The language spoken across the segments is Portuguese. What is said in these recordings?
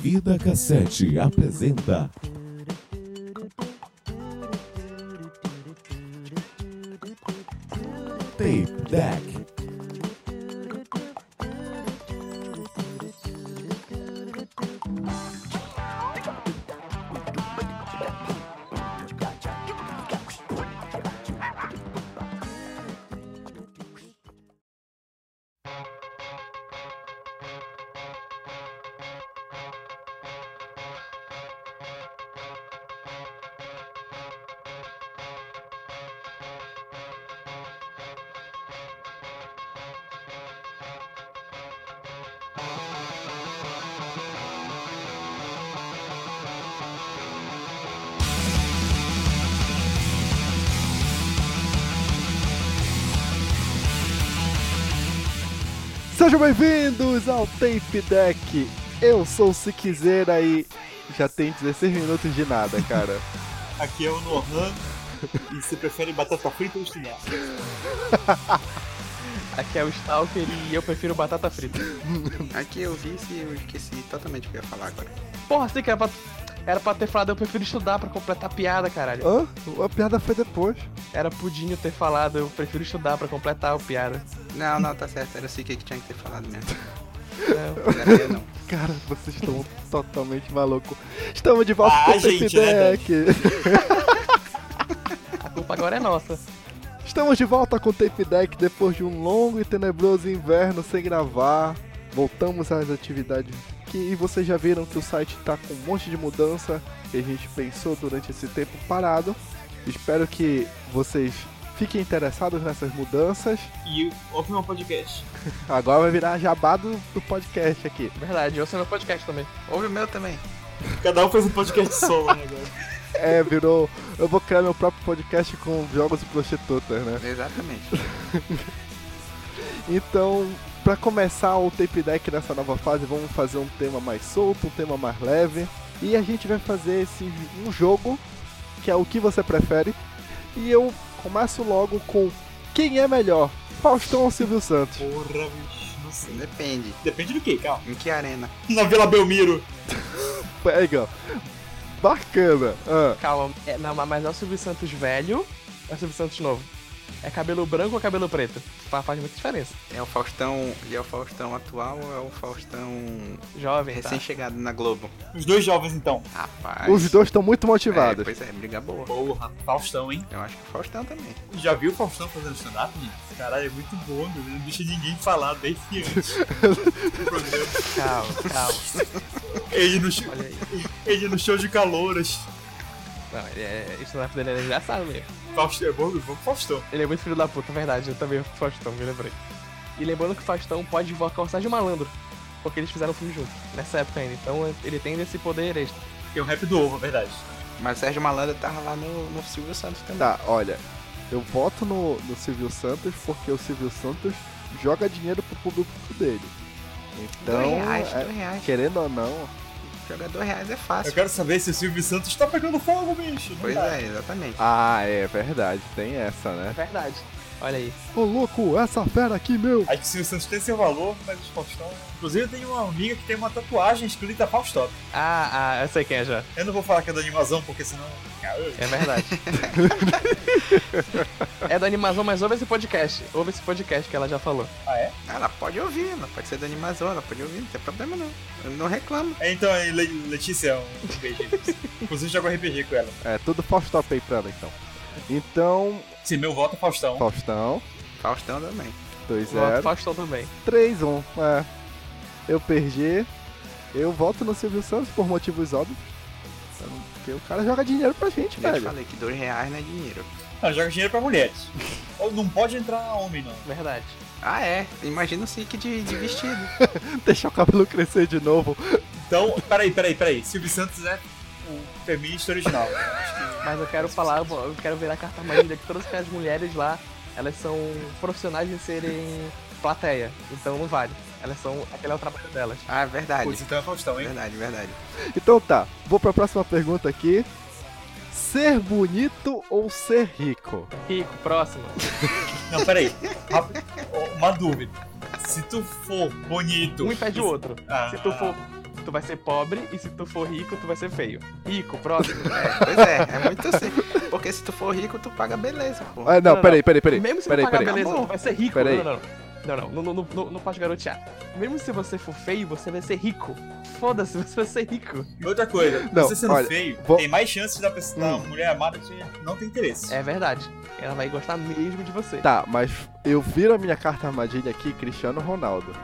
Vida Cassete apresenta. Tape Deck. Sejam bem-vindos ao Tape Deck. Eu sou o Se Quiser aí. Já tem 16 minutos de nada, cara. Aqui é o Nohan e você prefere batata frita ou espinafre? Aqui é o Stalker e eu prefiro batata frita. Aqui eu vi e eu esqueci totalmente o que eu ia falar agora. Porra, sei que era pra, era pra ter falado eu prefiro estudar pra completar a piada, caralho. Hã? A piada foi depois. Era pudinho ter falado eu prefiro estudar pra completar a piada. Não, não, tá certo, era o Sique que tinha que ter falado mesmo. É, Mas era eu não. Cara, vocês estão totalmente malucos. Estamos de volta com Ah, o Tape gente, né, Deck. a culpa agora é nossa. Estamos de volta com o Tape Deck depois de um longo e tenebroso inverno sem gravar. Voltamos às atividades que e vocês já viram que o site tá com um monte de mudança que a gente pensou durante esse tempo parado. Espero que vocês fiquem interessados nessas mudanças. E ouve meu podcast. Agora vai virar jabá do, do podcast aqui. Verdade, ouça meu podcast também. Ouve o meu também. Cada um fez um podcast solo né, agora. É, virou. Eu vou criar meu próprio podcast com jogos e prostitutas, né? Exatamente. Então, pra começar o tape deck nessa nova fase, vamos fazer um tema mais solto, um tema mais leve. E a gente vai fazer esse, um jogo, que é o que você prefere. E eu começo logo com quem é melhor, Faustão ou Silvio Santos? Porra, bicho, não sei. Assim, Depende. Depende do que, calma. Em que arena? Na Vila Belmiro. Pega. Bacana. Ah, Calma, é, não, mas é o Silvio Santos velho ou é o Silvio Santos novo? É cabelo branco ou cabelo preto? Fa- Faz muita diferença. É o Faustão. E é o Faustão atual ou é o Faustão Jovem, tá? recém-chegado na Globo? Os dois jovens, então. Rapaz. os dois estão muito é, motivados. Pois é, briga boa. Porra, Faustão, hein? Eu acho que o Faustão também. Já viu o Faustão fazendo stand-up, gente? Caralho, é muito bom, meu. Não deixa ninguém falar desde antes. do programa. Calma, calma. Ele no, show- Olha aí. ele no show de calouras. Não, ele é, isso não é dele, é engraçado mesmo. Faustão, é bom, bom Faustão. Ele é muito filho da puta, verdade. Eu também fui Faustão, me lembrei. E lembrando que o Faustão pode invocar o Sérgio Malandro, porque eles fizeram o filme junto, nessa época ainda. Então ele tem esse poder extra. Tem o rap do ovo, é verdade. Mas o Sérgio Malandro tava lá no, no Silvio Santos também. Tá, olha, eu voto no, no Silvio Santos porque o Silvio Santos joga dinheiro pro público dele. Então, dois reais, é- dois reais. querendo ou não, Jogar dois reais é Eu fácil. quero saber se o Silvio Santos tá pegando fogo, bicho. Não Pois dá. é, exatamente. Ah, é verdade, tem essa, É né? verdade. Olha aí. Ô louco, essa fera aqui, meu! Acho que o Silvio Santos tem seu valor, mas o Faustão. Inclusive, eu tenho uma amiga que tem uma tatuagem escrita Faustão. Ah, ah, eu sei quem é já. Eu não vou falar que é da animação, porque senão. Ah, eu- É verdade. é da animação, mas ouve esse podcast. Ouve esse podcast que ela já falou. Ah, é? Ela pode ouvir, ela pode ser da animação, ela pode ouvir, não tem problema não. Eu não reclamo. É, Então, é, Le- Letícia, um beijo. aí pra você. Inclusive, jogo RPG com ela. É, tudo Faustão aí pra ela, então. Então, Se meu voto é Faustão. Faustão, Faustão também. 2 Voto 0 Faustão também. 3 1 é. Eu perdi. Eu voto no Silvio Santos por motivos óbvios. Então, Porque o cara joga dinheiro pra gente, Eu te velho. falei que dois reais não é dinheiro. Não, joga dinheiro pra mulheres. Ou Não pode entrar homem, não. Verdade. Ah, é. Imagina o Sik de, de vestido. Deixar o cabelo crescer de novo. Então, peraí, peraí, peraí. Silvio Santos é o feminista original. Mas eu quero falar, eu quero virar carta armadilha que todas aquelas mulheres lá, elas são profissionais de serem plateia. Então não vale. Elas são. aquele é o trabalho delas. Ah, é verdade. Putz, então é Faustão, hein? Verdade, verdade. Então tá, vou pra próxima pergunta aqui. Ser bonito ou ser rico? Rico, próximo. Não, peraí. Rápido. Ó, Uma dúvida. Se tu for bonito. Um impede o outro. Ah, Se tu for, tu tu vai ser pobre e se tu for rico, tu vai ser feio. Rico, próximo. É, pois é, é muito assim. Porque se tu for rico, tu paga beleza, pô. Ah, Não, não, não, peraí, peraí, peraí. Mesmo se Peraí, tu pagar peraí. beleza, tu vai ser rico. Peraí. Não, não, não. Não, não, não, não, não, não pode garotear. Mesmo se você for feio, você vai ser rico. Foda-se, você vai ser rico. E outra coisa, Não, você sendo olha, feio, vou- Hum. tem mais chances da pessoa, da mulher amada que não tem interesse. É verdade. Ela vai gostar mesmo de você. Tá, mas eu viro a minha carta armadilha aqui, Cristiano Ronaldo.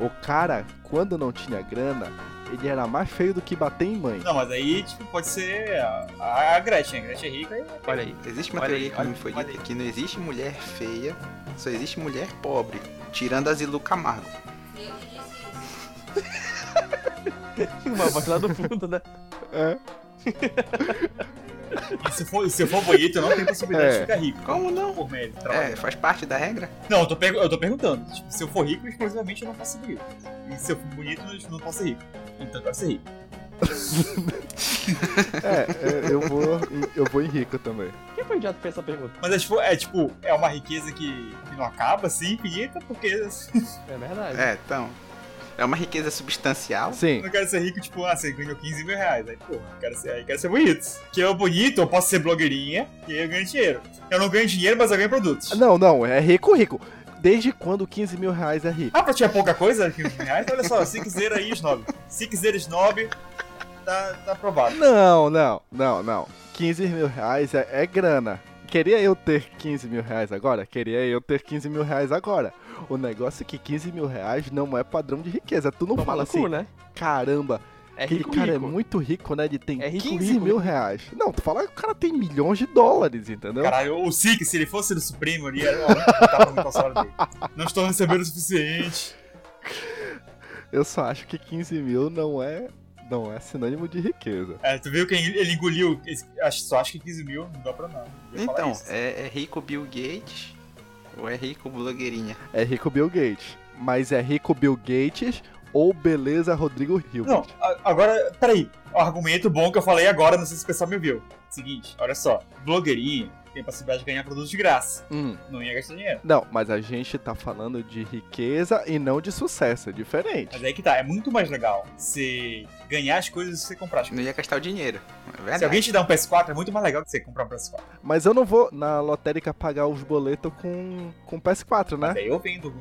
O cara, quando não tinha grana, ele era mais feio do que bater em mãe. Não, mas aí, tipo, pode ser a, a Gretchen. A Gretchen é rica e Olha aí. Existe uma Olha teoria aí, que me olha- foi olha dita que não existe mulher feia, só existe mulher pobre. Tirando a Zilu Camargo. Uma voz lá do fundo, né? É. E se for, se for bonito, não tem É. possibilidade de ficar rico. Então, Como não? Por meio do trabalho. É, faz parte da regra. Não, eu tô, pergu- eu tô perguntando. Tipo, se eu for rico, exclusivamente eu não posso ser rico. E se eu for bonito, eu não posso ser rico. Então eu quero ser rico. É, é, eu vou, em- eu vou em rico também. Quem foi idiota que fez essa pergunta? Mas é tipo, é, tipo, é uma riqueza que, que não acaba, assim, infinita, porque eu É verdade. É, então. É uma riqueza substancial. Sim, não quero ser rico, tipo, ah, você ganhou 15 mil reais. Aí, pô, eu quero ser, aí eu quero ser bonito. Que eu bonito, eu posso ser blogueirinha e aí eu ganho dinheiro. Eu não ganho dinheiro, mas eu ganho produtos. não, não, é rico, rico. Desde quando 15 mil reais é rico? Ah, pra ti é pouca coisa? 15 mil reais? Olha só, se quiser aí, snob. Se quiser snob, tá, tá aprovado. Não, não, não, não. 15 mil reais é, é grana. Queria eu ter 15 mil reais agora? Queria eu ter 15 mil reais agora. O negócio é que 15 mil reais não é padrão de riqueza. Tu não Toma fala no assim, cu, né? caramba, É aquele rico, cara rico. é muito rico, né? Ele tem É rico, 15 rico, mil rico. reais. Não, tu fala que o cara tem milhões de dólares, entendeu? Caralho, o Sik, se ele fosse do Supremo, ele ia ó, tava no calçado dele. Não estou recebendo o suficiente. Eu só acho que 15 mil não é, não é sinônimo de riqueza. É, tu viu que ele engoliu. esse- acho- Só acho que 15 mil não dá pra nada. Eu ia falar Então, isso. é, é rico Bill Gates ou é rico blogueirinha? É rico Bill Gates, mas é rico Bill Gates ou beleza Rodrigo Não, Hilbert. a- agora, peraí. O argumento bom que eu falei agora, não sei se o pessoal me ouviu. Seguinte, olha só. Blogueirinha tem a possibilidade de ganhar produtos de graça. Hum. Não ia gastar dinheiro. Não, mas a gente tá falando de riqueza e não de sucesso, é diferente. Mas aí que tá, é muito mais legal você ganhar as coisas que você comprar. Tipo, Não ia gastar o dinheiro. É verdade. Se alguém te dá um PS4, é muito mais legal que você comprar um PS4. é- Mas eu não vou na lotérica pagar os boletos com, com PS4, né? é- Daí eu vendo, eu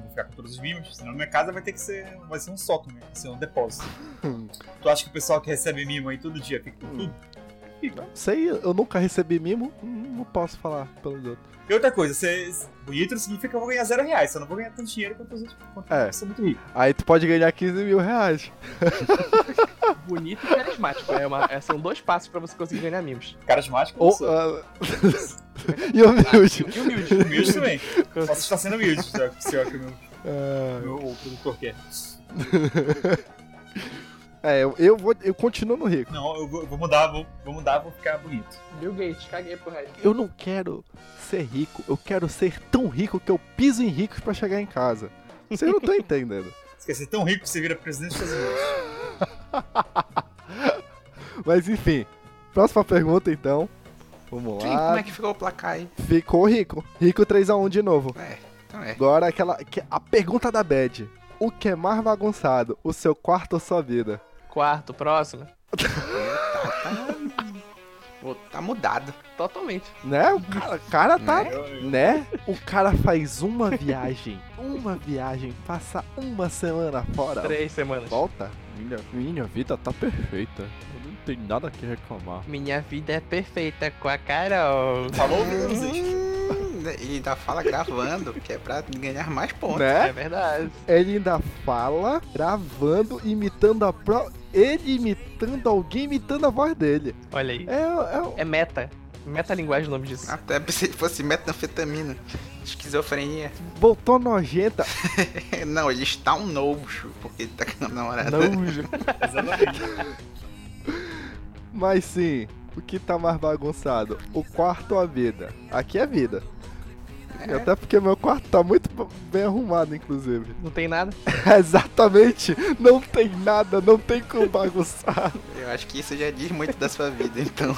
vou ficar com todos os mimos, senão minha casa vai ter que ser. Vai ser um sótão, né? Vai ser um depósito. Hum. tu acha que o pessoal que recebe mimo aí todo dia fica com tudo? Não sei, eu nunca recebi mimo, hum, não posso falar pelos outros. E outra coisa, ser bonito não significa que eu vou ganhar zero reais, só não vou ganhar tanto dinheiro quanto os outros. Quanto É. eu sou muito rico. Aí tu pode ganhar 15 mil reais. Bonito e carismático. É uma- é- são dois passos pra você conseguir ganhar mimos. Carismático, Ou. eu sou. ah, e humilde. E humilde. Humilde também. Só se está sendo humilde, se é se é o que o meu, Ah, meu o produtor quer. É, eu, eu vou. Eu continuo no rico. Não, eu vou, eu vou mudar, vou, vou mudar, vou ficar bonito. Bill Gates, caguei pro resto. Eu não quero ser rico, eu quero ser tão rico que eu piso em ricos pra chegar em casa. Vocês não estão entendendo. Você quer ser tão rico que você vira presidente dos Estados Unidos. Mas enfim, próxima pergunta então. Vamos Sim, como é lá. que ficou o placar aí? Ficou rico. Rico 3x1 de novo. É, então é. Agora aquela. que- A pergunta da Bad. O que é mais bagunçado? O seu quarto ou sua vida? Quarto, próximo. Pô, Tá mudado. Totalmente. Né? O cara, o cara tá. Eu- eu- Né? O cara faz uma viagem. Uma viagem. Passa uma semana fora. Três semanas. Volta. Minha, minha vida tá perfeita. Eu não tenho nada que reclamar. Minha vida é perfeita com a Carol. Falou ouvindo vocês. Hum, e ainda fala gravando, que é pra ganhar mais pontos. É Né? verdade. Ele ainda fala gravando, imitando a pró. Ele imitando alguém, imitando a voz dele. Olha aí. É, é, É meta. Metalinguagem o nome disso. Até pensei que fosse metanfetamina. Esquizofrenia. voltou nojenta. Não, ele está um nojo, porque ele tá com a namorada. Nojo. Exatamente. Mas sim, o que tá mais bagunçado? O quarto ou a vida? Aqui é vida. E Até porque meu quarto tá muito bo- bem arrumado, inclusive. É Não tem nada. Exatamente. Não tem nada, não tem como bagunçar. Eu acho que isso já diz muito da sua vida, então.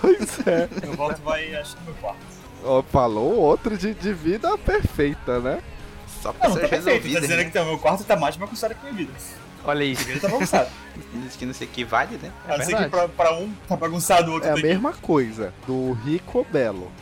pois é. Meu voto vai, acho que no meu quarto. Ó, falou outro de, de vida perfeita, né? Só Não, não tá pessoas perfeito. Tá é resolvidas. dizendo né? que tá, meu quarto tá mais bagunçado que minha vida. Olha aí. Ele tá bagunçado. Diz que não sei o que vale, né? a não ser que É verdade. pra, pra um tá bagunçado, o outro É a tem mesma coisa do rico ou belo.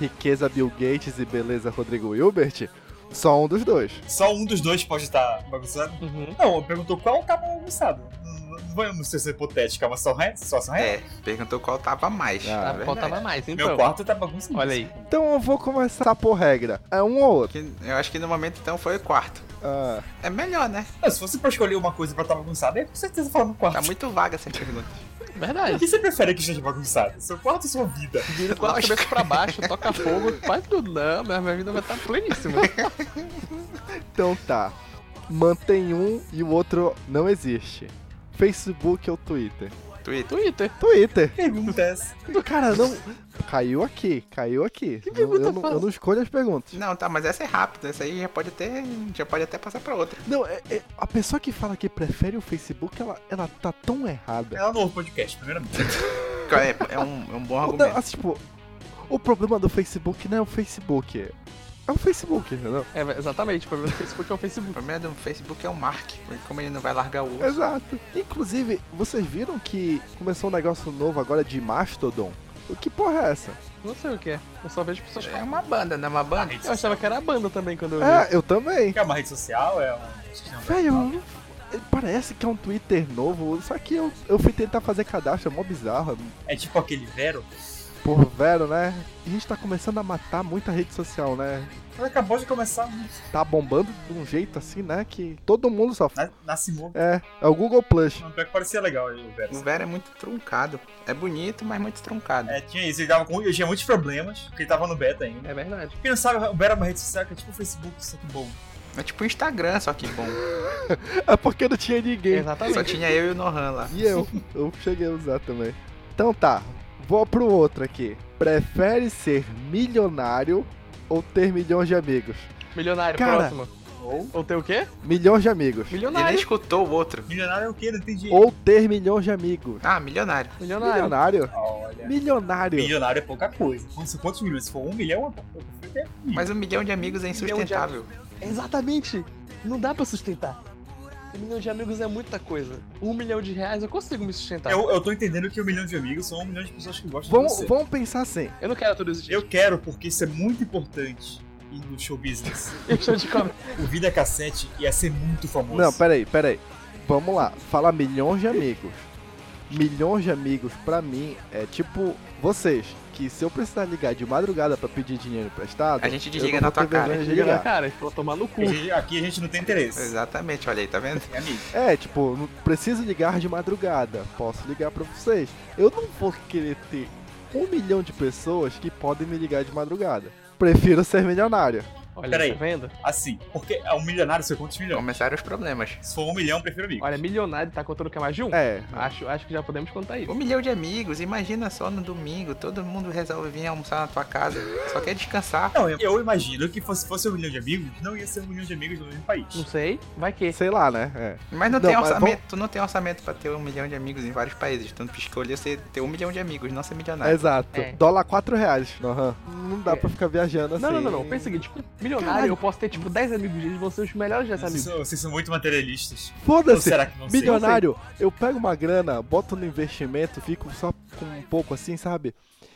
Riqueza Bill Gates e beleza Rodrigo Hilbert, só um dos dois. Só um dos dois pode estar bagunçado. Uhum. Não, perguntou qual tá bagunçado. Não não vamos ser hipotética, mas só re- só são reais. É, perguntou qual tava mais. Ah, na Ah, é verdade. faltava mais, então. Meu quarto tá bagunçado. Olha aí. Então eu vou começar por regra. É um ou outro. Que- Eu acho que no momento então foi o quarto. Ah, É melhor, né? Ah, se fosse pra escolher uma coisa pra estar bagunçado, é com certeza falar no quarto. Tá muito vaga essa pergunta. O Verdade. que você prefere que esteja bagunçado? Seu quarto ou sua vida? Vira o quarto Lógico. cabeça pra baixo, toca fogo, faz tudo. Não, minha minha vida vai estar pleníssima. então tá. Mantém um e o outro não existe. Facebook ou Twitter? Twitter. Twitter. Twitter. Pergunta essa. Cara, não. Caiu aqui, caiu aqui. Que Não, pergunta eu, não, eu fácil. não escolho as perguntas. Não, tá, mas essa é rápida. Essa aí já pode até, já pode até passar pra outra. Não, é- é- a pessoa que fala que prefere o Facebook, ela, ela tá tão errada. Ela não ouve É podcast, primeiramente. É, é um, é um bom Não, argumento. assim, tipo, o problema do Facebook não é o Facebook. É o Facebook, entendeu? É, exatamente, o problema do Facebook é o O Facebook. problema do Facebook é o Mark. porque Como ele não vai largar o outro. Exato. Inclusive, vocês viram que começou um negócio novo agora de Mastodon? O que porra é essa? Não sei o que é. Eu só vejo pessoas É uma banda, não é uma banda? Eu achava que era a banda também quando eu vi. É, eu também. É uma rede social, é um... Velho, eu- eh, parece que é um Twitter novo, só que eu, eu fui tentar fazer cadastro, é mó bizarro. É tipo aquele Vero. Por velho, né? A gente tá começando a matar muita rede social, né? Ela acabou de começar, né? Tá bombando de um jeito assim, né? Que todo mundo só. Na- nasce novo. É, é o Google Plus. Não, pior que parecia legal o Vero. O Vera é muito truncado. É bonito, mas muito truncado. É, tinha isso, ele, tava com, ele tinha muitos problemas, porque ele tava no beta ainda. É verdade. Quem não sabe, o Vero é uma rede social que é tipo o Facebook, só que bom. É tipo o Instagram, só que bom. É porque não tinha ninguém. Só Exatamente. tinha eu e o Nohan lá. E eu, eu cheguei a usar também. Então tá, vou pro outro aqui. Prefere ser milionário ou ter milhões de amigos? Milionário, Cara. próximo. Ou Ou ter o quê? Milhões de amigos. Ele nem Milionário. escutou o outro. milionário é o quê? Não entendi. Ou ter milhões de amigos. Ah, milionário. Milionário. Milionário? Olha. Milionário. Milionário é pouca coisa. Não sei quantos milhões. Se for um milhão, é pouco. Eu prefiro ter um milhão. Mas um milhão de amigos é milhão de insustentável. Exatamente. Não dá pra sustentar. Um milhão de amigos é muita coisa. Um milhão de reais eu consigo me sustentar. Eu, Eu, eu tô entendendo que um milhão de amigos são um milhão de pessoas que gostam de Tá. Vamos, você. vamos pensar assim. não quero tudo isso. Eu quero, porque isso é muito importante e no show business. Deixa eu te cobrar. o Vida Cassete ia ser muito famoso. Não, peraí, peraí. Vamos lá. Falar milhões de amigos. Milhões de amigos, pra mim, é tipo vocês. Que se eu precisar ligar de madrugada pra pedir dinheiro emprestado. A gente eu desliga não na vou ter tua cara. vergonha de Chega na ligar. cara, fala tomar no cu. A gente- Aqui a gente não tem interesse. Exatamente, olha aí, tá vendo? É amigo. É, tipo, não preciso ligar de madrugada. Posso ligar pra vocês. Eu não vou querer ter um milhão de pessoas que podem me ligar de madrugada. Prefiro ser milionário. Olha, Peraí. tá vendo? Assim, porque é um milionário, você quantos milhões? Começaram os problemas. Se for um milhão, eu prefiro amigo. Olha, milionário tá contando que é mais de um? É. Acho, acho que já podemos contar isso. Um milhão de amigos, imagina só no domingo, todo mundo resolve vir almoçar na tua casa, só quer descansar. Não, eu, eu imagino que fosse, fosse um milhão de amigos, não ia ser um milhão de amigos no mesmo país. Não sei, vai que. Sei lá, né? É. Mas Não, não, tem mas orçamento, tu não tem orçamento pra ter um milhão de amigos em vários países, tanto que escolher você ter um milhão de amigos, não ser milionário. Exato. É. Dólar 4 reais. Aham. Não dá É. pra ficar viajando assim. Não, não, não, não. Pensa o seguinte, tipo, milionário, Caralho. eu posso ter tipo 10 amigos, eles vão ser os melhores 10 vocês, amigos. são, vocês são muito materialistas. Ou Foda-se. será que não sei? Milionário, eu pego uma grana, boto no investimento, fico só com um pouco assim, sabe?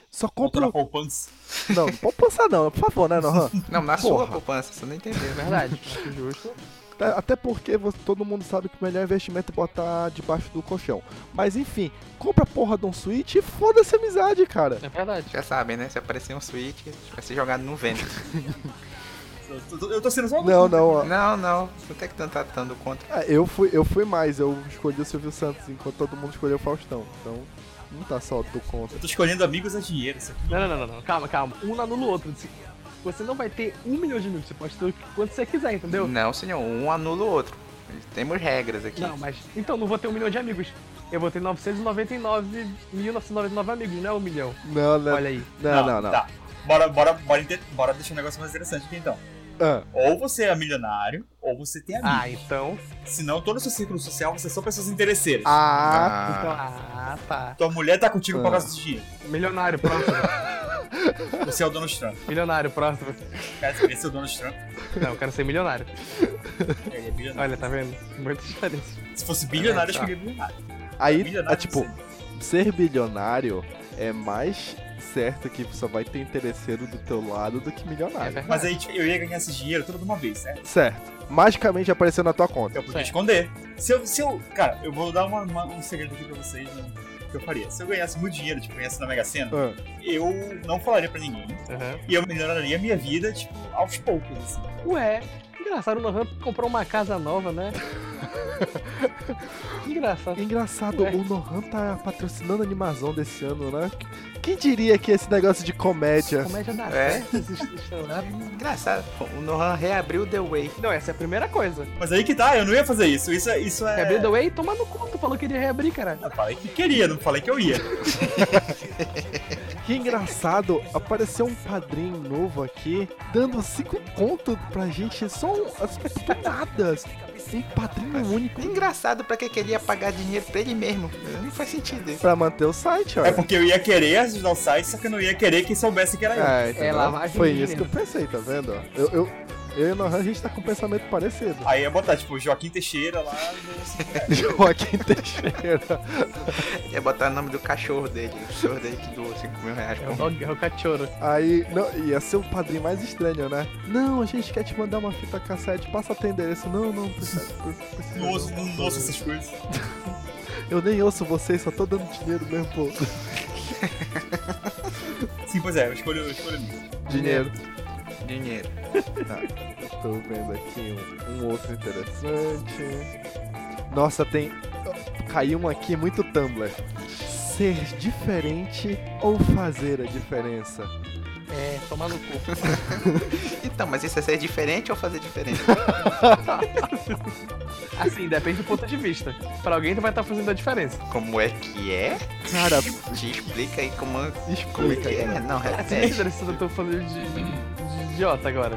Só Conta na compro. poupança. Não, não pode pensar não, por favor, né, Nohan? Não, na sua Porra. poupança, você não entendeu. É verdade, acho justo. Tá, Até porque você- todo mundo sabe que o melhor investimento é botar debaixo do colchão. Mas enfim, compra a porra de um Switch e foda-se a amizade, cara. É verdade. Já sabem, né? Se aparecer um Switch, vai ser jogado no vento. Eu tô, eu tô sendo só um Não, não, ó. não, não, não tem que tentar tanto contra. Ah, Eu fui, eu fui mais, eu escolhi o Silvio Santos enquanto todo mundo escolheu o Faustão. Então, não tá só do contra. Eu tô escolhendo amigos a dinheiro. Isso aqui Não, não, não, não, não. Calma, calma. Um anula o outro. Se- Você não vai ter um milhão de amigos, você pode ter o que- quanto você quiser, entendeu? Não, senhor, um anula o outro. Temos regras aqui. Não, mas. Então não vou ter um milhão de amigos. Eu vou ter 999.999 amigos, não é um milhão. Não, não, Olha aí. não, não. não. Tá. Bora, bora, bora, inte- bora deixar um negócio mais interessante aqui então. Ah, Ou você é milionário, ou você tem amigo. Ah, então. Senão, todo o seu círculo social, vocês são pessoas interesseiras. ah, Ah, Então, ah, tá. Tua mulher tá contigo Ah. por causa do dinheiro. Milionário, pronto. Você é o Donald Trump. Milionário, próximo. Cara, você quer ser o Donald Trump? Não, eu quero ser milionário. Ele é bilionário. Olha, tá vendo? Muito diferente. Ah. Se fosse bilionário, eu escolheria bilionário. Aí, Bilionário é, tipo, você- ser bilionário é mais certo que só vai ter interesseiro do teu lado do que É milionário. verdade. Mas aí tipo, eu ia ganhar esse dinheiro toda de uma vez, né? Então, Certo. Magicamente apareceu na tua conta. Eu podia Certo. esconder. Se eu, se eu. Cara, eu vou dar uma- uma- um segredo aqui pra vocês, né? O que eu faria? Se eu ganhasse muito dinheiro, tipo, ganhasse na Mega Sena, Ah, eu não falaria pra ninguém. Aham. E eu melhoraria a minha vida, tipo, aos poucos, assim. Ué, engraçado, o Lohan comprou uma casa nova, né? engraçado. Engraçado, É. Ué. o Nohan tá patrocinando a animação desse ano, né? Quem diria que esse negócio de comédia. Comédia da É? é? Engraçado. O Nohan reabriu The Way. Não, essa é a primeira coisa. Mas aí que tá, eu não ia fazer isso. Isso é. Isso é... Reabrir The Way, toma no cu, tu falou que iria reabrir, cara. Eu falei que queria, não falei que eu ia. Que engraçado, apareceu um padrinho novo aqui, dando cinco conto pra gente, só um- as pitadas. Um padrinho único Engraçado pra que que ele ia pagar dinheiro pra ele mesmo. Não faz sentido isso. pra manter o site, É olha. porque eu ia querer ajudar o site, só que eu não ia querer que soubesse que era eu. É, entendeu? lavagem Foi de isso que eu dinheiro. pensei, tá vendo? Eu, eu, eu e o Nohan, a gente tá com um pensamento parecido. Aí ia botar, tipo, Joaquim Teixeira lá no. Joaquim Teixeira. Ia botar o nome do cachorro dele. O cachorro dele que doou 5 mil reais. É o dog, é o cachorro. Aí, não, ia ser o padrinho mais estranho, né? Não, a gente quer te mandar uma fita cassete, passa teu endereço. Não, não, precisa. precisa No osso, não. no osso essas coisas. Eu nem ouço vocês, só tô dando dinheiro mesmo, pô. Sim, pois é, eu escolho, eu escolho a minha. Dinheiro. Dinheiro. Tá. Tô vendo aqui um, um outro interessante. Nossa, tem. Caiu um aqui muito Tumblr. Ser diferente ou fazer a diferença? É, toma no cu. Então, mas isso é ser diferente ou fazer diferente? Assim, depende do ponto de vista. Pra alguém, tu vai estar fazendo a diferença. Como é que é? Cara, Te explica aí como, como é explica, que é. cara. Não, Assim, é repete. interessante, eu tô falando de, de idiota agora.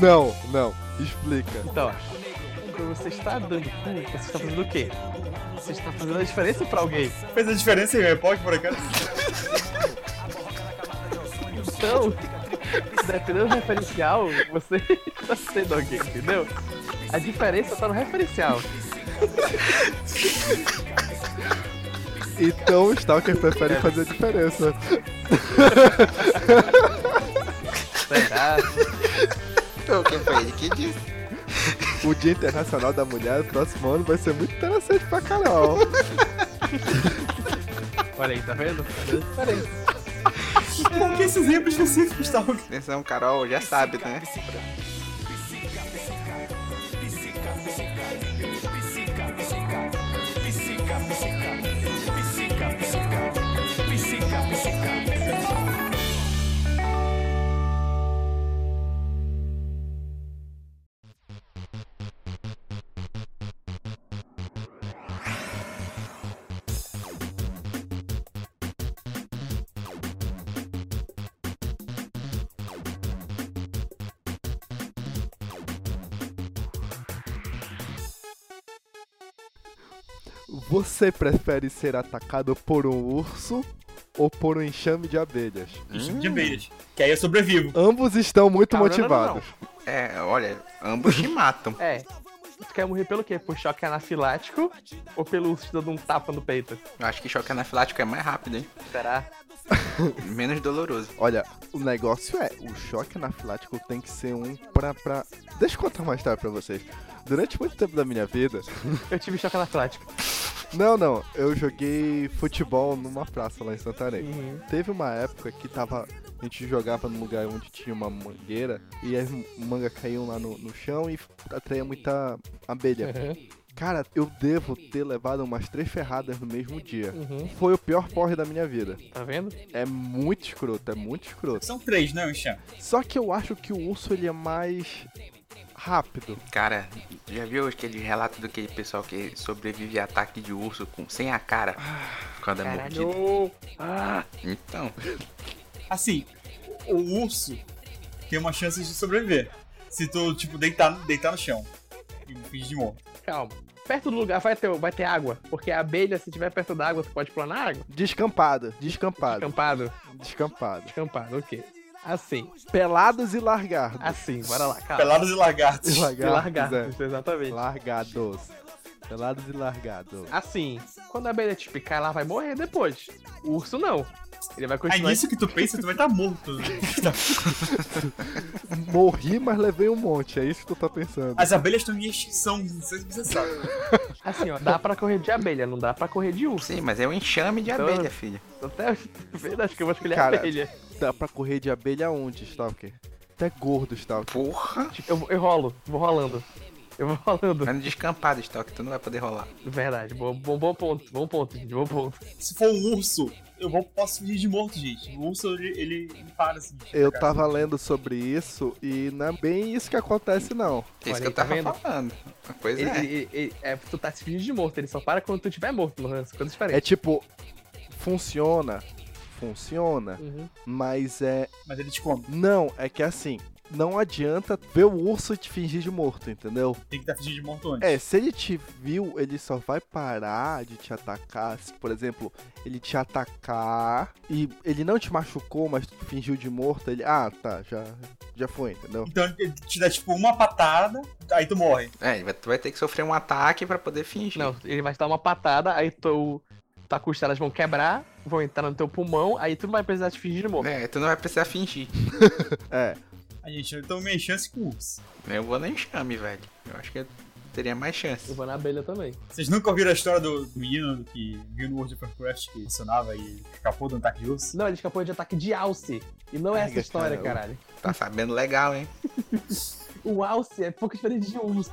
Não, não, explica. Então, quando você está dando cu, você está fazendo o quê? Você está fazendo a diferença pra alguém. Fez a diferença em Epoch, por acaso? Então, dependendo do referencial, você está sendo alguém, entendeu? A diferença tá no referencial. Então o Stalker prefere fazer a diferença. Será? Então, quem foi ele que disse? O Dia Internacional da Mulher do próximo ano vai ser muito interessante pra Carol. Olha aí, tá vendo? Fazendo a diferença. Por que esse exemplo específico, Gustavo? Atenção, Carol, já sabe, né? Você prefere ser atacado por um urso ou por um enxame de abelhas? De Hum. abelhas. Que aí eu sobrevivo. Ambos estão muito Não, não, não, motivados. É, olha, ambos te matam. É. Tu quer morrer pelo quê? Por choque anafilático ou pelo urso te dando um tapa no peito? Eu acho que choque anafilático é mais rápido, hein? Será? Menos doloroso. Olha, o negócio é, o choque anafilático tem que ser um pra, pra... Deixa eu contar uma história pra vocês. Durante muito tempo da minha vida... Eu tive choque anafilático. Não, não, eu joguei futebol numa praça lá em Santarém. Teve uma época que tava... A gente jogava num lugar onde tinha uma mangueira e as mangas caíam lá no, no chão e atraía muita abelha. Uhum. Cara, eu devo ter levado umas três ferradas no mesmo dia. Uhum. Foi o pior porre da minha vida. Tá vendo? É muito escroto, é muito escroto. São três, né, Enxame? Só que eu acho que o urso ele é mais rápido. Cara, já viu aquele relato daquele pessoal que sobrevive a ataque de urso com, sem a cara? Por causa da mordida. Caralho. Ah, Então, Assim, o o urso tem uma chance de sobreviver. Se tu, tipo, deitar, deitar no chão e fingir de morto. calma. perto do lugar vai ter, vai ter água. Porque a abelha, se tiver perto da água, tu pode planar água. Descampado, descampado, Acampado. descampado. Acampado, ok. Assim, Pelados e largados. assim, bora lá, cara. Pelados e lagartos. Tá. E E lagartos, exatamente. é. Largados. Pelados e largados. Assim, quando a abelha te picar, ela vai morrer depois. O urso não. Ele vai Aí continuar. nisso É que tu pensa, tu vai estar morto. né? Morri, mas levei um monte, é isso que tu tá pensando. As abelhas estão em extinção, não sei se você sabe. Assim, ó, dá pra correr de abelha, não dá pra correr de urso. Sim, mas é um enxame de Então- abelha, filho. Até vendo, acho que eu vou escolher Cara, abelha. Dá pra correr de abelha onde, Stalker? Até gordo, Stalker. Porra! Tipo, Eu, eu rolo, vou rolando. Eu vou rolando. Mas no descampado, Stock, tu não vai poder rolar. Verdade, bom, bom, bom ponto, bom ponto, gente, bom ponto. Se for um urso, eu vou, posso fingir de morto, gente. O urso, ele, ele ele para assim. de Eu ficar. tava lendo sobre isso e não é bem isso que acontece, não. É isso Olha que aí, eu tava tá vendo? falando. Pois Ele, é. ele- ele- é, tu tá se fingindo de morto, ele só para quando tu tiver morto, Lohan, quando É diferente. tipo, funciona, funciona, Uhum. mas é. Mas ele te come. Não, é que assim, não adianta ver o urso e te fingir de morto, entendeu? Tem que estar fingindo de morto antes. É, se ele te viu, ele só vai parar de te atacar. Se, por exemplo, ele te atacar e ele não te machucou, mas tu fingiu de morto, ele. Ah, tá, já, já foi, entendeu? Então ele te dá tipo uma patada, aí tu morre. É, ele vai- tu vai ter que sofrer um ataque pra poder fingir. Não, ele vai te dar uma patada, aí tu, tua costelas vão quebrar, vão entrar no teu pulmão, aí tu não vai precisar te fingir de morto. É, tu não vai precisar fingir. É. A gente, eu tenho minha chance com o urso. Eu vou no enxame, velho. Eu acho que eu teria mais chance. Eu vou na abelha também. Vocês nunca ouviram a história do, do menino que viu no World of Warcraft que sonava e escapou de um ataque de urso? Não, ele escapou de ataque de alce. E não é Ai, essa história, cara, eu- caralho. Tá sabendo legal, hein? O alce é pouco diferente de urso.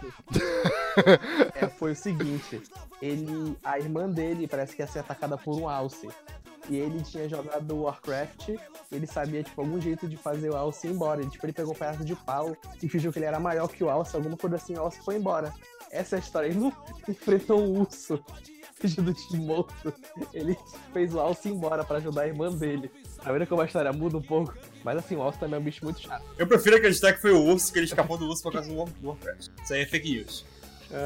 É, foi o seguinte, ele, a irmã dele parece que ia ser atacada por um alce. E ele tinha jogado Warcraft, e ele sabia, tipo, algum jeito de fazer o alce ir embora. Ele, tipo, ele pegou um pedaço de pau e fingiu que ele era maior que o alce, alguma coisa assim, o alce foi embora. Essa é a história. Ele não enfrentou um urso fugindo de morto. Ele fez o alce ir embora pra ajudar a irmã dele. Tá vendo como a história muda um pouco? Mas assim, o alce também é um bicho muito chato. Eu prefiro acreditar que foi o urso que ele escapou do urso por causa do War- do Warcraft. Isso aí é fake news.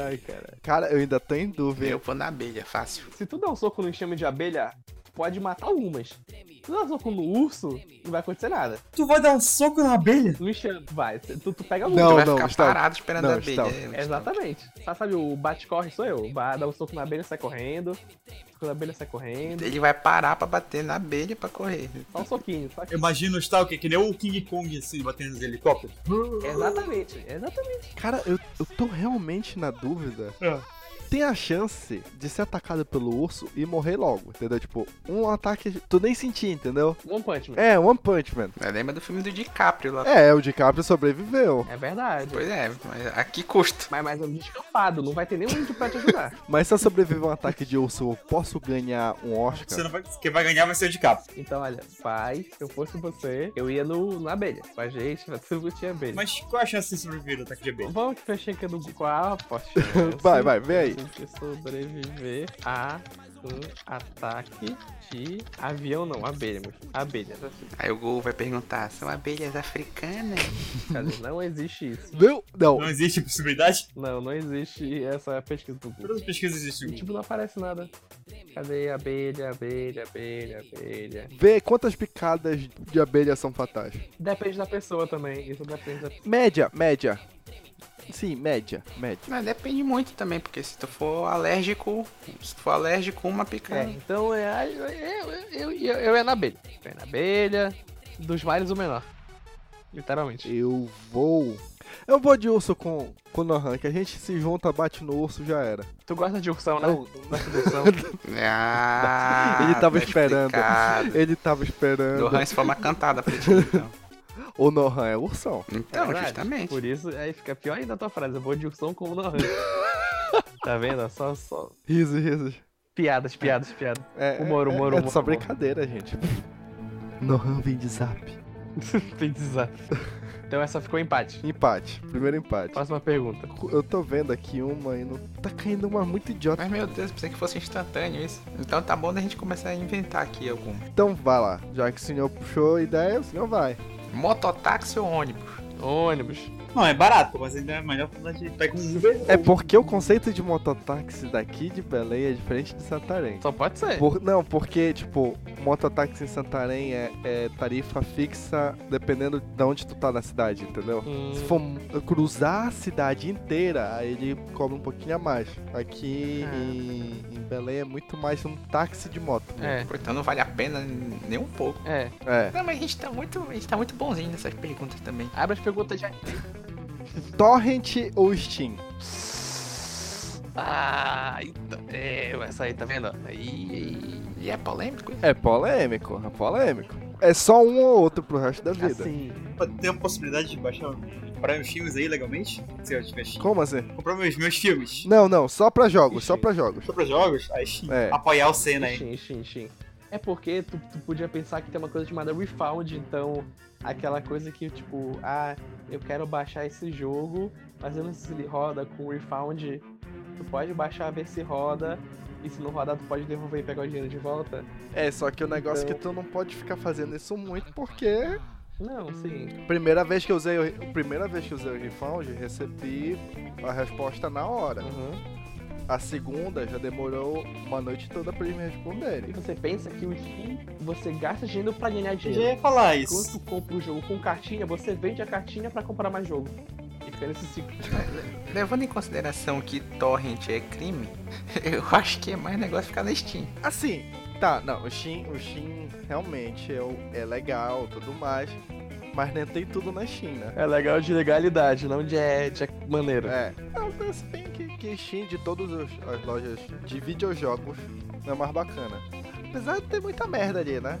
Ai, cara. Cara, eu ainda tô em dúvida. É Eu vou na abelha, fácil. Se tu dá um soco no enxame de abelha, pode matar algumas. Se tu dá um soco no urso, não vai acontecer nada. Tu vai dar um soco na abelha? No enxame, vai. Tu, tu pega um. Não, tu vai não, ficar Gustavo. parado esperando Não, a abelha. Gustavo. É, Gustavo. Exatamente. Só sabe, o bate-corre sou eu. Vai dar um soco na abelha, sai correndo. Soco na abelha, sai correndo. Ele vai parar pra bater na abelha pra correr. Só um soquinho. Só... Eu imagino o Stalker que nem o King Kong assim, batendo nos helicópteros. Exatamente, exatamente. Cara, eu, eu tô realmente na dúvida. É. Tem a chance de ser atacado pelo urso e morrer logo, entendeu? Tipo, um ataque. Tu nem senti, entendeu? One Punch Man. É, One Punch Man. Mas Lembra do filme do DiCaprio lá. É, o DiCaprio sobreviveu. É verdade. Pois é, mas a que custo? Mas, mas é um descampado, não vai ter nenhum índio pra te ajudar. Mas se eu sobreviver a um ataque de urso, eu posso ganhar um Você Oscar? não vai, quem vai ganhar vai ser o de capa. Então, olha, pai, se eu fosse você, eu ia no, na abelha. Com a gente, vai tudo tinha abelha. Mas qual é a chance de sobreviver do ataque de abelha? Vamos que fechei aqui no qual a chance Vai, vai, vem aí. de sobreviver a um ataque de avião, não, abelha, meu filho. Abelhas, assim. Aí o Gol vai perguntar, são abelhas africanas? Cadê? Não existe isso. Viu? Não. Não existe possibilidade? Não, não existe essa pesquisa do Google. Todas as pesquisas existem. E, tipo, não aparece nada. Cadê abelha, abelha, abelha, abelha? Vê quantas picadas de abelha são fatais. Depende da pessoa também. Isso depende da Média, média. Sim, média, média. Mas depende muito também, porque se tu for alérgico, se tu for alérgico, uma É, picanha. então é, eu, eu, eu, eu é na abelha. Eu é na abelha, dos males o menor. Literalmente. Eu vou. Eu vou de urso com, com o Nohan, que a gente se junta, bate no urso, já era. Tu gosta de ursão, né? Eu- Gosta de ursão. Ah, É. Ele tava tá esperando. explicado. Ele tava esperando. Do Hans foi uma cantada pra ti, então. O Nohan é ursão. Então, verdade. justamente. Por isso, aí fica pior ainda a tua frase. Eu vou de ursão como no arranjo. tá vendo? Só, só Riso, riso. piadas, piadas, piadas. É, Humor, é- humor, é, humor, só humor. brincadeira, gente. Nohan vem de zap. Tem desastre. Então essa ficou empate. Empate. Primeiro empate. Próxima pergunta. Eu tô vendo aqui uma e não. Tá caindo uma muito idiota. Mas meu Deus, pensei que fosse instantâneo isso. Então tá bom da gente começar a inventar aqui alguma. Então vai lá. Já que o senhor puxou a ideia, o senhor vai. Mototáxi ou ônibus? ônibus. Não, é barato, mas ainda é melhor quando a gente pega um Uber. É porque o conceito de mototáxi daqui de Belém é diferente de Santarém. Só pode ser. Por- não, porque, tipo, mototáxi em Santarém é, é tarifa fixa dependendo de onde tu tá na cidade, entendeu? Hum, Se for cruzar a cidade inteira, aí ele cobra um pouquinho a mais. Aqui Ah. em, em Belém é muito mais um táxi de moto. É, Então não vale a pena nem um pouco. é. É. Não, mas a gente tá muito, a gente tá muito bonzinho nessas perguntas também. Abre as perguntas já. Torrent ou Steam? Ah, então. É, essa aí, tá vendo? Aí, E, e é polêmico? É polêmico, é polêmico. É só um ou outro pro resto da vida. Assim, É, Tem a possibilidade de baixar, um, comprar meus filmes aí legalmente? Se eu tiver Steam. Como assim? Comprar meus, meus filmes. Não, não, só pra jogos, só pra jogos. Comprar jogos? Aí Steam. É. Apoiar o Senna aí. Xim, xim, xim. É porque tu, tu podia pensar que tem uma coisa chamada refound, então aquela coisa que tipo, ah, eu quero baixar esse jogo, mas eu não sei se ele roda com o refound. Tu pode baixar, ver se roda, e se não rodar, tu pode devolver e pegar o dinheiro de volta. É, só que o negócio é que Então- tu não pode ficar fazendo isso muito, porque Não, sim. Primeira vez que eu usei o, primeira vez que eu usei o refund, recebi a resposta na hora. Uhum. A segunda já demorou uma noite toda pra eles me E responderem. você pensa que o Steam, você gasta dinheiro pra ganhar Eu já dinheiro. ia falar Quando isso. tu compra o jogo com cartinha, você vende a cartinha pra comprar mais jogo. E fica nesse ciclo. Levando em consideração que torrent é crime, eu acho que é mais negócio ficar na Steam. Assim, tá, não, o Steam, o Steam realmente é, o- é legal, tudo mais, mas nem tem tudo na China. É legal de legalidade, não de, de maneira. É. Não, mas se bem que, que Steam de todas os- as lojas de videojogos é o mais bacana. Apesar de ter muita merda ali, né?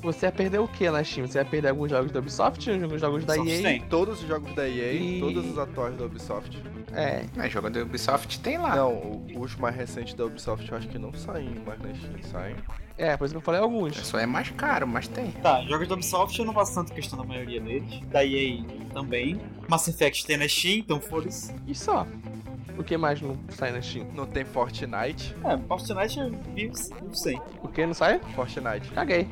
Você ia perder o que na Steam? Você ia perder alguns jogos da Ubisoft, alguns jogos da Só EA? tem. Todos os jogos da EA, E- todos os atuais da Ubisoft. É. Mas jogo da Ubisoft tem Ah. lá. Não, o- os mais recentes da Ubisoft eu acho que não saem mais na Steam, saem. É, por isso que eu falei alguns. Só é mais caro, mas tem. Tá, jogos da Ubisoft eu não faço tanto questão da maioria deles. Da EA também. Mass Effect tem na Steam, então foda-se. E só. O que mais não sai na Steam? Não tem Fortnite. É, Fortnite eu vivo, vivo sem. O que não sai? Fortnite. Caguei.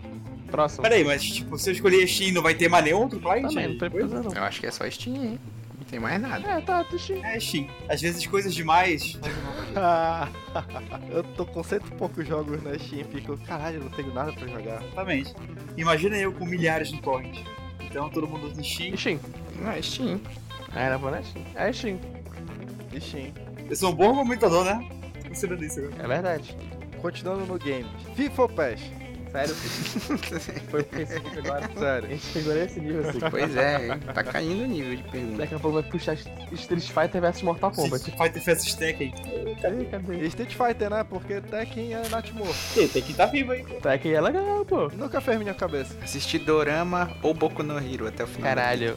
Próximo. Peraí, mas tipo, se eu escolher a Steam não vai ter mais nenhum outro cliente? Também, não tô Coisa? precisando. Eu acho que é só Steam, hein? Não tem mais nada. É, tá, tá Steam. É, Steam. Às vezes coisas demais. eu tô com cento e poucos jogos na Steam e fico, caralho, eu não tenho nada pra jogar. Exatamente. Imagina eu com milhares no torrent. Então todo mundo usa Steam. E Steam. Não, é Steam. Ah, era pra na Steam. É Steam. E Steam. Eu sou um bom comentador, né? Tô Considerando isso agora. É verdade. Continuando no game. FIFA ou PES? Sério. Foi pro Facebook agora. A Sério. gente pegou nesse nível assim. Pois é, tá caindo o nível de pergunta. Daqui a pouco vai puxar Street Fighter vs Mortal Kombat. Se Fighter vs Stack aí. Cadê, cadê? E Street Fighter, né? Porque Tekken é Natmor. Tem, tem que estar vivo aí. Tá aqui é legal, pô. Nunca fez minha cabeça. Assistir Dorama ou Boku no Hero até o final. Caralho.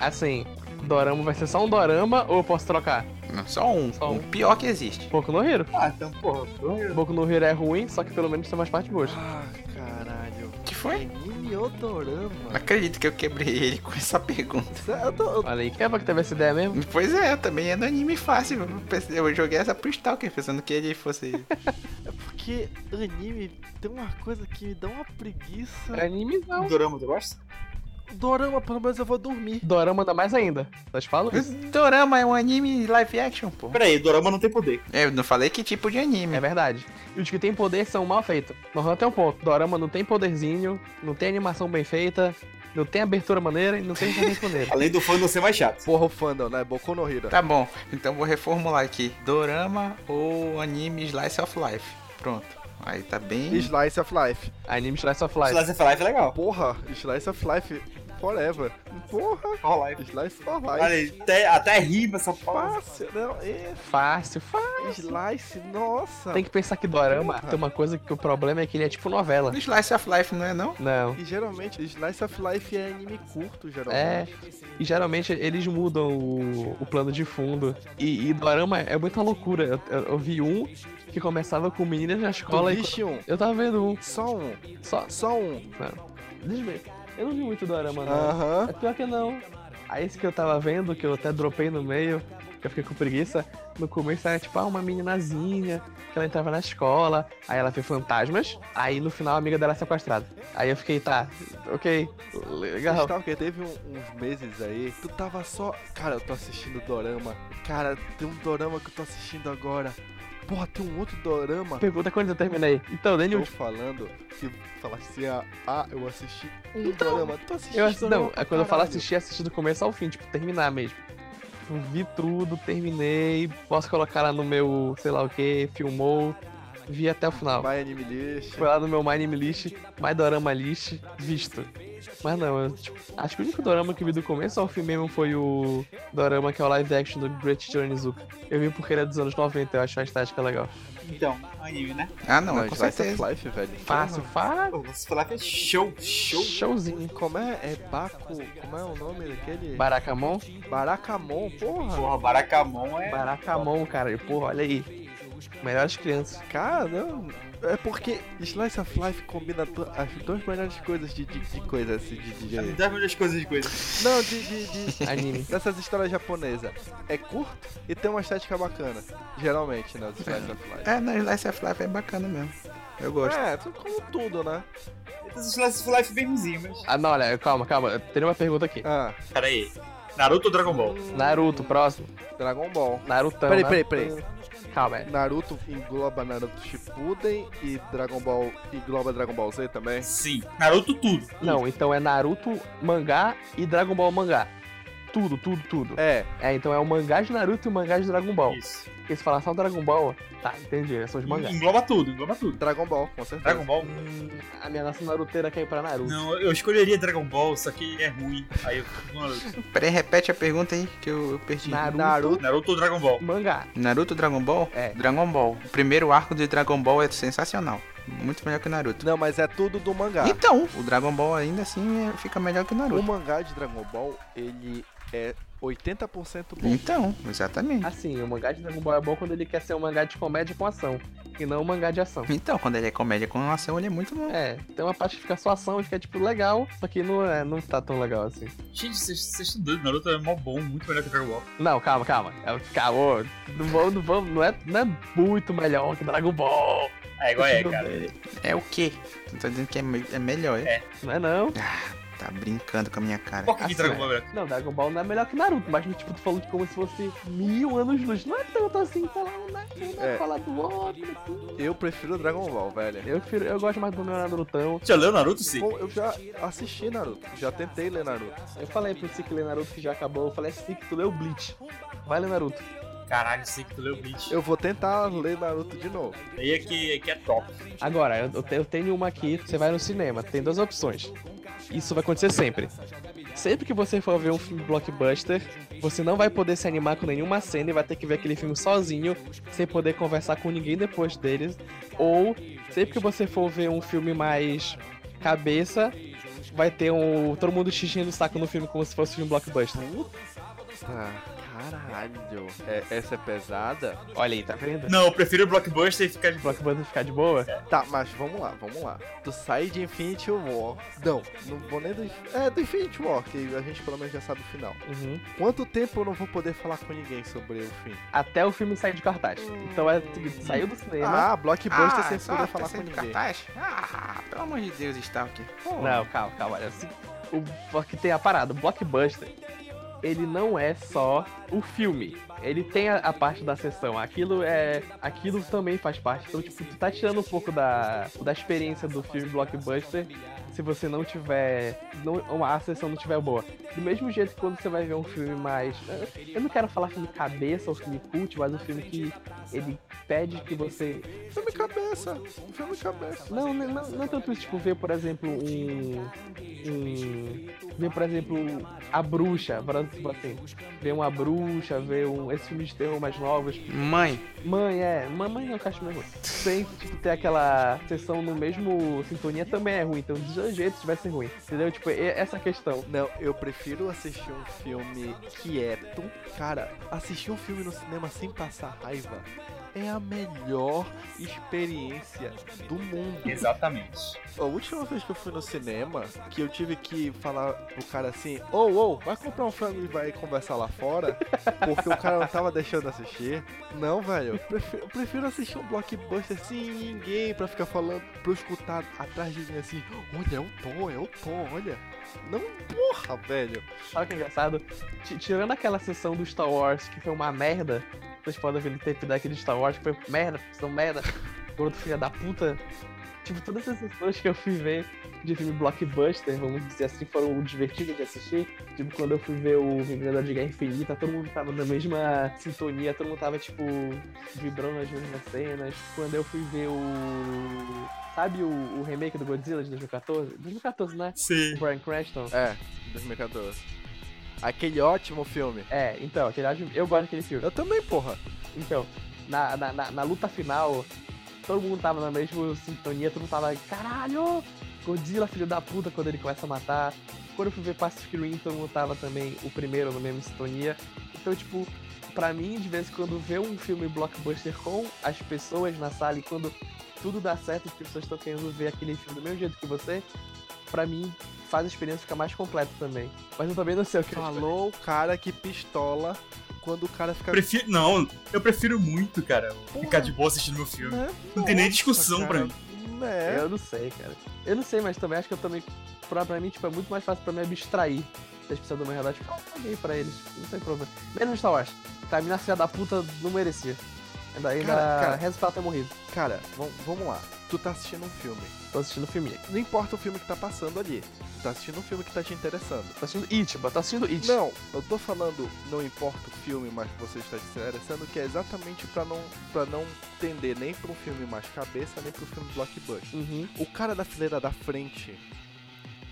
Assim, Dorama vai ser só um Dorama ou eu posso trocar? Não, só um. Só um. O pior que existe. Boku no Hero. Ah, então, porra. porra. Boku no Hero é ruim, só que pelo menos tem mais partes boas. Ah, caralho. que foi? Não Miniotorama. acredito que eu quebrei ele com essa pergunta. Eu tô... Olha aí, quem é que teve essa ideia mesmo? Pois é, também é no anime fácil. Eu pensei- Eu joguei essa pro Stalker pensando que ele fosse. É porque anime tem uma coisa que me dá uma preguiça. É anime não. Dorama, tu gosta? Dorama, pelo menos eu vou dormir. Dorama dá mais ainda. Nós falamos? Dorama é um anime live action, pô. Pera aí, Dorama não tem poder. Eu não falei que tipo de anime. É verdade. E os que tem poder são mal feitos. Nós não tem um ponto. Dorama não tem poderzinho, não tem animação bem feita, não tem abertura maneira e não tem poder maneira. Além do fã não ser mais chato. Porra, o fandom, né? Boku no Hero. Tá bom, então vou reformular aqui. Dorama ou anime Slice of Life. Pronto. Aí tá bem. Slice of Life. Anime Slice of Se lá Life. você falar, é legal. Porra, Slice of Life forever. Porra, Rola aí. Slice of Olha, Life. aí, até, até rima essa porra. Fácil, não? É, Fácil, fácil. Slice, nossa. Tem que pensar que Dorama tem uma coisa que o problema é que ele é tipo novela. Slice of Life não é não? Não. E geralmente, Slice of Life é anime curto, É, geralmente. e geralmente eles mudam o, o plano de fundo. E, e Dorama é muita loucura. Eu, eu- eu vi um que começava com meninas na Tu escola e. viste um? Eu tava vendo um. Só um. Só. Só um. Deixa eu ver. Eu não vi muito Dorama, não. Aham. É pior que não. Aí esse que eu tava vendo, que eu até dropei no meio, eu fiquei com preguiça. No começo era tipo, ah, uma meninazinha, que ela entrava na escola, aí ela vê fantasmas, aí no final a amiga dela é sequestrada. Aí eu fiquei, tá, ok, legal. Gustavo, que teve um- uns meses aí, tu tava só. Cara, eu tô assistindo Dorama. Cara, tem um Dorama que eu tô assistindo agora. Porra, tem um outro Dorama. Pergunta quando eu terminei. Então, Daniel, Tô falando que falar assim, ah, ah, eu assisti um Dorama. Tu assistindo Então, Eu assisti, não, é quando eu falo assistir, assistir do começo ao fim, tipo, terminar mesmo. Tipo, Vi tudo, terminei, posso colocar lá no meu, sei lá o que, filmou, vi até o final. Vai Anime List. Foi lá no meu My Anime List, My Dorama List, visto. Mas não, eu, tipo, acho que o único dorama que eu vi do começo ao fim mesmo foi o dorama que é o live action do Great Onizuka. Eu vi porque ele é dos anos 90, eu acho a estética legal. Então, anime, né? Ah, não, com é Slice certeza. of Life, velho. Então, Fácil, fácil, Pô, você falar que é show, show. showzinho. Como é? É Baku. Como é o nome daquele? Barakamon? Baracamon, porra. Porra, Baracamon é. Barakamon, cara, e, porra, olha aí. Melhores crianças. Cara, não. É porque Slice of Life combina to- as duas melhores coisas de, de, de coisa assim, de, de- de- Das melhores coisas de coisa. Não, de. de, de- Anime. dessas histórias japonesas. É curto e tem uma estética bacana. Geralmente, né? os Slice of Life. É, não, Slice of Life é bacana mesmo. Eu gosto. É, tu- como tudo, né? Esses Slice of Life é bem ruimzinho, mas. Ah, não, olha, calma, calma. Eu tenho uma pergunta aqui. Ah, Pera aí. Naruto ou Dragon Ball? Naruto, próximo. Dragon Ball. Narutão. Peraí, peraí, Naruto. peraí. Calma, é. Naruto engloba Naruto Shippuden e Dragon Ball engloba Dragon Ball Z também. Sim. Naruto tudo. Não, então é Naruto mangá e Dragon Ball mangá. Tudo, tudo, tudo. É, É, então é o mangá de Naruto e o mangá de Dragon Ball. Isso. Porque se falar só Dragon Ball, tá, entendi, são os mangás. Engloba tudo, engloba tudo. Dragon Ball, com certeza. Dragon Ball? A minha nação naruteira quer ir pra Naruto. Não, eu escolheria Dragon Ball, só que é ruim. Aí eu fico com Naruto. Peraí, repete a pergunta aí que eu, eu perdi. Naruto, Naruto. Naruto ou Dragon Ball? mangá. Naruto Dragon Ball? É. Dragon Ball. O primeiro arco de Dragon Ball é sensacional. Muito melhor que o Naruto. Não, mas é tudo do mangá. Então, o Dragon Ball ainda assim é- fica melhor que o O Naruto. mangá de Dragon Ball, ele é 80% bom. Então, exatamente. Assim, o mangá de Dragon Ball é bom quando ele quer ser um mangá de comédia com ação. E não um mangá de ação. Então, quando ele é comédia com ação, ele é muito bom. É, tem uma parte que fica só ação e fica, tipo, legal. Só que não, é, não tá tão legal assim. Gente, vocês vocês estão doidos. Naruto é mó bom, muito melhor que Dragon Ball. Não, calma, calma. É, Calma, não vamos, não vamos, não é, não é muito melhor que Dragon Ball. É igual é, cara. É, o quê? Tu tá dizendo que é, me- é melhor, é? É. Não é não. Tá brincando com a minha cara. Ah, Por que assim, que Dragon Ball é melhor? Não, Dragon Ball não é melhor que Naruto, mas tipo, tu falou de como se fosse mil anos luz. Não é tanto assim, falar um né? um É. fala do outro. assim. Eu prefiro Dragon Ball, velho. Eu, prefiro- eu gosto mais do meu Narutão. Já leu Naruto, sim? Bom, eu já assisti Naruto, já tentei ler Naruto. Eu falei pro Sik ler Naruto que já acabou. Eu falei, "É Sik, tu leu Bleach. Vai ler Naruto. Caralho, sei que tu leu o Bleach. Eu vou tentar ler Naruto de novo. Aí é que, é que é top. Agora, eu, eu te- eu tenho uma aqui, você vai no cinema, tem duas opções. Isso vai acontecer sempre. Sempre que você for ver um filme blockbuster, você não vai poder se animar com nenhuma cena e vai ter que ver aquele filme sozinho, sem poder conversar com ninguém depois deles. Ou, sempre que você for ver um filme mais cabeça, vai ter um todo mundo xixinhando o saco no filme como se fosse um filme blockbuster. Tá, caralho. É, essa é pesada? Olha aí, tá vendo? Não, eu prefiro o Blockbuster e ficar de Blockbuster ficar de boa? Tá, mas vamos lá, vamos lá. Tu sai de Infinity War. Não, não vou nem do. É, do Infinity War, que a gente pelo menos já sabe o final. Uhum. Quanto tempo eu não vou poder falar com ninguém sobre o fim? Até o filme sair de cartaz. Então é o seguinte, saiu do cinema. Ah, blockbuster sem só poder tá falar com sendo ninguém. cartaz? Ah, pelo amor de Deus, Stalker. Pô, Não, calma, calma, olha. se- O blo- que tem a parada, o blockbuster, ele não é só o filme. Ele tem a, a parte da sessão. Aquilo é. Aquilo também faz parte. Então, tipo, tu tá tirando um pouco da, da experiência do filme blockbuster se você não tiver. Não, a sessão não tiver boa. Do mesmo jeito que quando você vai ver um filme mais. eu- Eu não quero falar filme cabeça ou filme cult, mas um filme que ele pede que você Filme cabeça, filme cabeça. não, não, não, não tanto isso, tipo, ver, por exemplo, um. um ver, por exemplo, a bruxa, por exemplo, tipo assim, ver uma bruxa, ver um, esses filmes de terror mais novos. Mãe, Mãe, é, mamãe não, cacho mesmo. Sem tipo, ter aquela sessão no mesmo sintonia também é ruim, então de jeito vai ser ruim, entendeu? Tipo, é essa questão. Não, eu prefiro assistir um filme quieto. Cara, assistir um filme no cinema sem passar raiva é a melhor experiência do mundo. Exatamente. A última vez que eu fui no cinema, que eu tive que falar pro cara assim, ô, ô, vai comprar um frango e vai conversar lá fora, porque o cara não tava deixando assistir. Não, velho, eu prefiro, eu prefiro assistir um blockbuster sem ninguém pra ficar falando, pra eu escutar atrás de mim assim, olha, é o Tom, é o Tom, olha. Não, porra, velho. Sabe o que é engraçado? Ti- Tirando aquela sessão do Star Wars que foi uma merda, vocês podem ver no tape daquele Star Wars que foi merda, são merda, gordo filha da puta. Tipo, todas as sessões que eu fui ver de filme blockbuster, vamos dizer assim, foram divertidas de assistir. Tipo, quando eu fui ver o Vingador de Guerra Infinita, todo mundo tava na mesma sintonia, todo mundo tava, tipo, vibrando as mesmas cenas. Quando eu fui ver o... Sabe o, o remake do Godzilla de 2014? 2014, né? Sim. O Bryan Cranston. É, 2014. Aquele ótimo filme. É, então, aquele áudio- eu gosto daquele filme. Eu também, porra. Então, na, na, na, na luta final, todo mundo tava na mesma sintonia, todo mundo tava, caralho! Godzilla, filho da puta, quando ele começa a matar. Quando eu fui ver Pacific Rim, todo mundo tava também o primeiro na mesma sintonia. Então, tipo, pra mim, de vez em quando, ver um filme blockbuster com as pessoas na sala e quando tudo dá certo, as pessoas estão querendo ver aquele filme do mesmo jeito que você, pra mim, faz a experiência ficar mais completa também. Mas eu também não sei o que tipo, eu Falou o cara que pistola quando o cara fica. Prefiro, não, eu prefiro muito, cara, ficar de boa assistindo meu filme. Né? Não tem nem Nossa, discussão cara. pra mim. Né? Eu não sei, cara. Eu não sei, mas também acho que eu também. Pra, pra mim, tipo, é muito mais fácil pra me abstrair das pessoas do meu redor. Tipo, ah, eu caguei pra eles. Não tem problema. Menos Star Wars. Tá, a mina filha da puta não merecia. Ainda, ainda Cara, cara. rezo pra ela ter morrido. Cara, vam- vamos lá. Tu tá assistindo um filme. Tô assistindo o filme. Não importa o filme que tá passando ali. Tu tá assistindo um filme que tá te interessando. Tô assistindo It, bro. Tô assistindo It. Não, eu tô falando não importa o filme, mas você está te interessando, que é exatamente pra não para não tender nem pra um filme mais cabeça, nem pro filme blockbuster. Uhum. O cara da fileira da frente,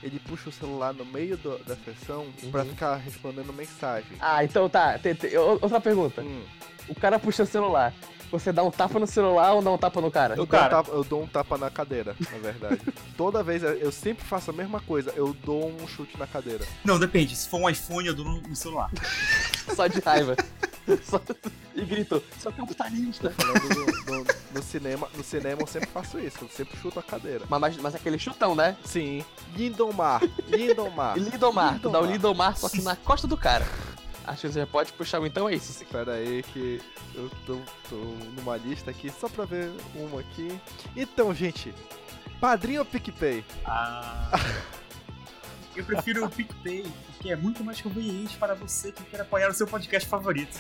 ele puxa o celular no meio do- da sessão Uhum. pra ficar respondendo mensagem. Ah, então tá. Tem- tem- o- outra pergunta. Hum, O cara puxa o celular. Você dá um tapa no celular ou dá um tapa no cara? eu, dou um cara. tapa, eu dou um tapa na cadeira, na verdade. Toda vez, eu- eu sempre faço a mesma coisa, eu dou um chute na cadeira. Não, depende. Se for um iPhone, eu dou no, no celular. Só de raiva. Só- E grito, seu é capitalista. Falando do- do- no cinema, no cinema eu sempre faço isso, eu sempre chuto a cadeira. Mas, mas, mas aquele chutão, né? Sim, Lindomar, Lindomar. E Tá. Lidomar, tu dá o Lindomar. Lidomar só que na costa do cara. Acho que você já pode puxar o então é isso. sim. Pera aí que eu tô, tô numa lista aqui só pra ver uma aqui. Então, gente, Padrinho ou PicPay? Ah. Eu prefiro o PicPay, porque é muito mais conveniente para você que quer apoiar o seu podcast favorito.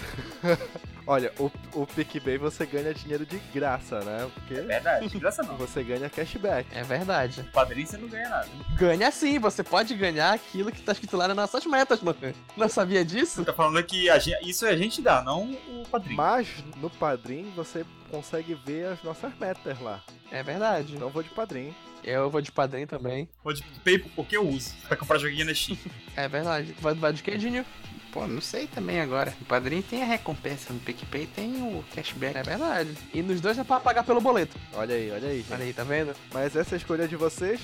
Olha, o, o PicPay você ganha dinheiro de graça, né? Porque Verdade, graça não. você ganha cashback. É verdade. Padrinho você não ganha nada. Ganha sim, você pode ganhar aquilo que tá escrito lá nas nossas metas, Lohan. Não sabia Você disso? tá falando que a gen- isso a gente dá, não o padrinho. Mas no Padrim você consegue ver as nossas metas lá. É verdade. Então eu vou de Padrim. Eu vou de padrinho também. Pode PicPay porque eu uso, pra comprar joguinho na Steam. É verdade. Tu vai, vai de queidinho? Pô, não sei também agora. O padrinho tem a recompensa, no PicPay tem o É cashback. verdade. E nos dois é pra pagar pelo boleto. Olha aí, olha aí, gente. Olha aí, tá vendo? Mas essa é a escolha de vocês,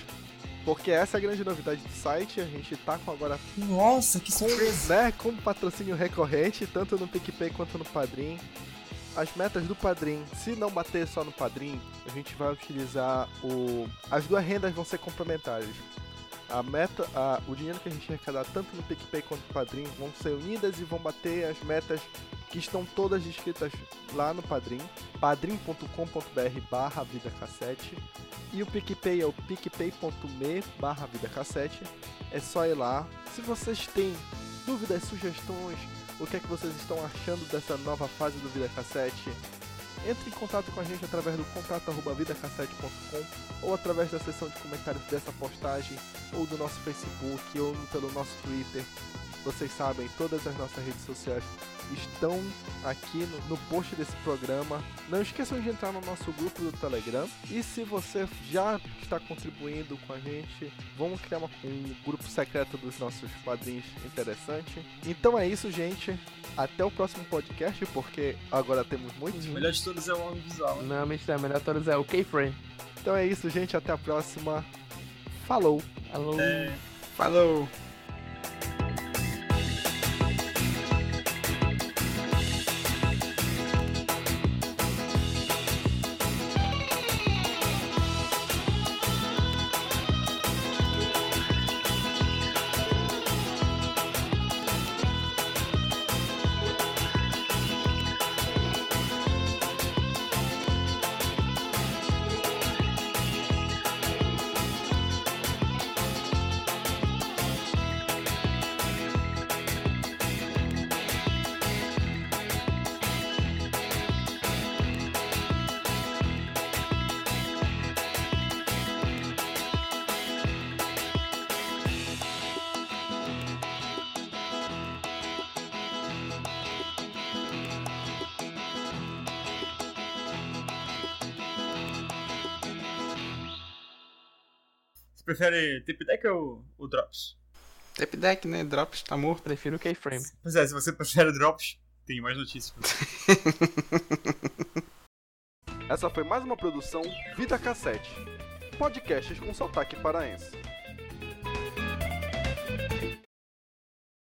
porque essa é a grande novidade do site. A gente tá com agora Nossa, que com, né, com patrocínio recorrente, tanto no PicPay quanto no Padrim. As metas do Padrim, se não bater só no Padrim, a gente vai utilizar o... As duas rendas vão ser complementares. A meta, a- o dinheiro que a gente arrecadar tanto no PicPay quanto no Padrim vão ser unidas e vão bater as metas que estão todas descritas lá no Padrim. padrim.com.br barra vida cassete. E o PicPay é o picpay.me barra vida cassete. É só ir lá. Se vocês têm dúvidas, sugestões, o que é que vocês estão achando dessa nova fase do Vida Cassete, entre em contato com a gente através do contato@vidacassete.com ou através da seção de comentários dessa postagem ou do nosso Facebook ou pelo nosso Twitter. Vocês sabem, todas as nossas redes sociais estão aqui no, no post desse programa. Não esqueçam de entrar no nosso grupo do Telegram. E se você já está contribuindo com a gente, vamos criar uma- um grupo secreto dos nossos padrinhos interessante. Então é isso, gente. Até o próximo podcast, porque agora temos muitos. O melhor de todos é o audiovisual. Não, mentira, melhor todos é o K-Frame. Então é isso, gente. Até a próxima. Falou! Alô? Falou! prefere Tape Deck ou, ou Drops? Tape deck, né? Drops tá morto. Prefiro o keyframe. Pois é, se você prefere Drops, tem mais notícias. pra você. Essa foi mais uma produção Vida Cassete. Podcasts com sotaque paraense.